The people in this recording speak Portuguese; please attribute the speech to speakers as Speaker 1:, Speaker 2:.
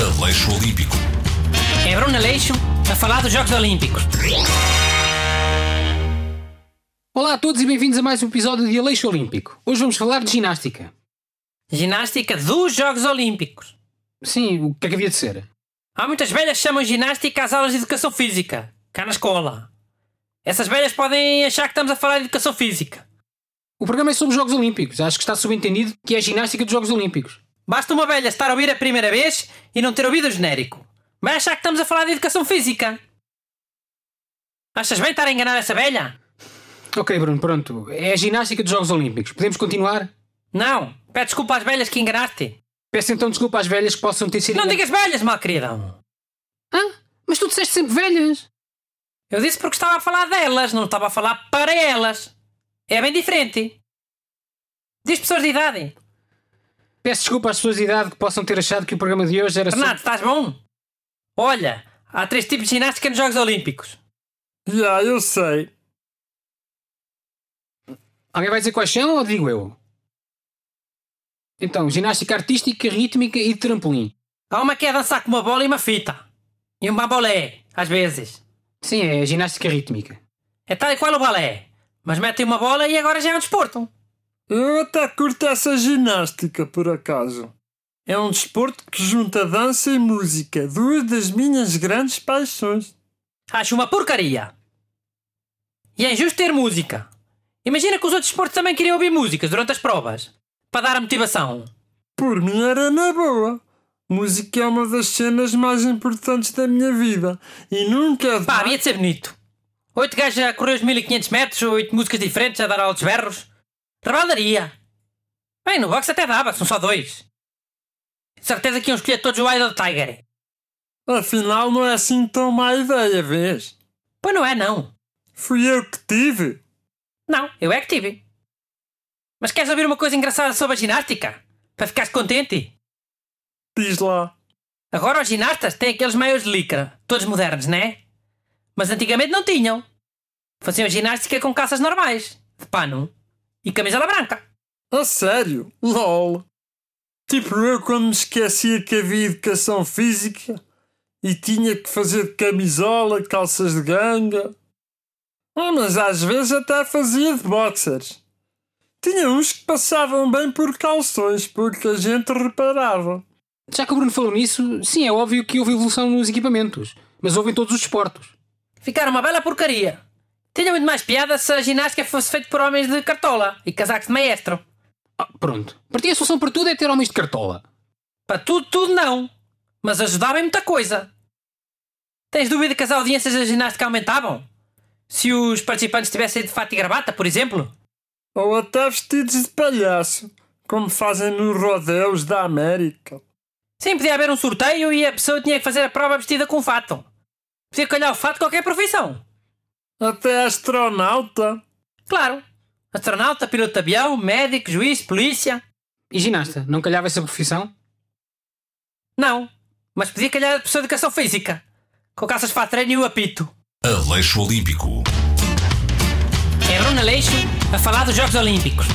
Speaker 1: Aleixo Olímpico.
Speaker 2: É Bruno Aleixo a falar dos Jogos Olímpicos.
Speaker 3: Olá a todos e bem-vindos a mais um episódio de Aleixo Olímpico. Hoje vamos falar de ginástica.
Speaker 2: Ginástica dos Jogos Olímpicos.
Speaker 3: Sim, o que é que havia de ser?
Speaker 2: Há muitas velhas que chamam ginástica às aulas de educação física, cá na escola. Essas velhas podem achar que estamos a falar de educação física.
Speaker 3: O programa é sobre os Jogos Olímpicos. Acho que está subentendido que é a ginástica dos Jogos Olímpicos.
Speaker 2: Basta uma velha estar a ouvir a primeira vez e não ter ouvido o genérico. Vai achar que estamos a falar de educação física. Achas bem estar a enganar essa velha?
Speaker 3: Ok, Bruno, pronto. É a ginástica dos Jogos Olímpicos. Podemos continuar?
Speaker 2: Não. Pede desculpa às velhas que enganaste.
Speaker 3: Peço então desculpa às velhas que possam ter sido.
Speaker 2: Não digas velhas, mal queridão.
Speaker 3: Hã? Mas tu disseste sempre velhas.
Speaker 2: Eu disse porque estava a falar delas, não estava a falar para elas. É bem diferente. Diz pessoas de idade.
Speaker 3: Peço desculpa às pessoas de idade que possam ter achado que o programa de hoje era
Speaker 2: Bernardo,
Speaker 3: sobre...
Speaker 2: estás bom? Olha, há três tipos de ginástica nos Jogos Olímpicos.
Speaker 4: Já, eu sei.
Speaker 3: Alguém vai dizer quais são ou digo eu? Então, ginástica artística, rítmica e de trampolim.
Speaker 2: Há uma que é dançar com uma bola e uma fita. E um bambolé, às vezes.
Speaker 3: Sim, é a ginástica rítmica.
Speaker 2: É tal e qual o balé. Mas metem uma bola e agora já é um desporto.
Speaker 4: Eu até curto essa ginástica, por acaso. É um desporto que junta dança e música, duas das minhas grandes paixões.
Speaker 2: Acho uma porcaria. E é injusto ter música. Imagina que os outros esportes também queriam ouvir músicas durante as provas. Para dar a motivação.
Speaker 4: Por mim era na boa. Música é uma das cenas mais importantes da minha vida e nunca é
Speaker 2: Pá,
Speaker 4: demais-
Speaker 2: havia de ser bonito. Oito gajos a correr os 1500 metros, oito músicas diferentes a dar altos berros. Trabalharia. Bem, no boxe até dava, são só dois. De certeza que iam escolher todos o Eye do Tiger.
Speaker 4: Afinal, não é assim tão má ideia, vês?
Speaker 2: Pois não é, não.
Speaker 4: Fui eu que tive.
Speaker 2: Não, eu é que tive. Mas queres ouvir uma coisa engraçada sobre a ginástica? Para ficares contente?
Speaker 4: Diz lá.
Speaker 2: Agora os ginastas têm aqueles maiores de licra, todos modernos, né? Mas antigamente não tinham. Faziam ginástica com calças normais, de pano e camisola branca.
Speaker 4: A sério? LOL. Tipo eu quando me esquecia que havia educação física e tinha que fazer de camisola, calças de ganga. Ah, mas às vezes até fazia de boxers. Tinha uns que passavam bem por calções, pouca gente reparava.
Speaker 3: Já que o Bruno falou nisso, sim, é óbvio que houve evolução nos equipamentos, mas houve em todos os esportes.
Speaker 2: Ficaram uma bela porcaria. Tinha muito mais piada se a ginástica fosse feita por homens de cartola e casacos de maestro.
Speaker 3: Ah, pronto. Para ti a solução para tudo é ter homens de cartola.
Speaker 2: Para tudo, tudo não. Mas ajudava em muita coisa. Tens dúvida que as audiências da ginástica aumentavam? Se os participantes tivessem de fato e gravata, por exemplo?
Speaker 4: Ou até vestidos de palhaço, como fazem nos rodeios da América.
Speaker 2: Sim, podia haver um sorteio e a pessoa tinha que fazer a prova vestida com fato. Podia calhar o fato de qualquer profissão.
Speaker 4: Até astronauta.
Speaker 2: Claro. Astronauta, piloto de avião, médico, juiz, polícia.
Speaker 3: E ginasta, não calhava essa profissão?
Speaker 2: Não. Mas podia calhar a pessoa de educação física. Com calças para treino e o apito.
Speaker 1: Aleixo Olímpico.
Speaker 2: É Bruno Aleixo a falar dos Jogos Olímpicos.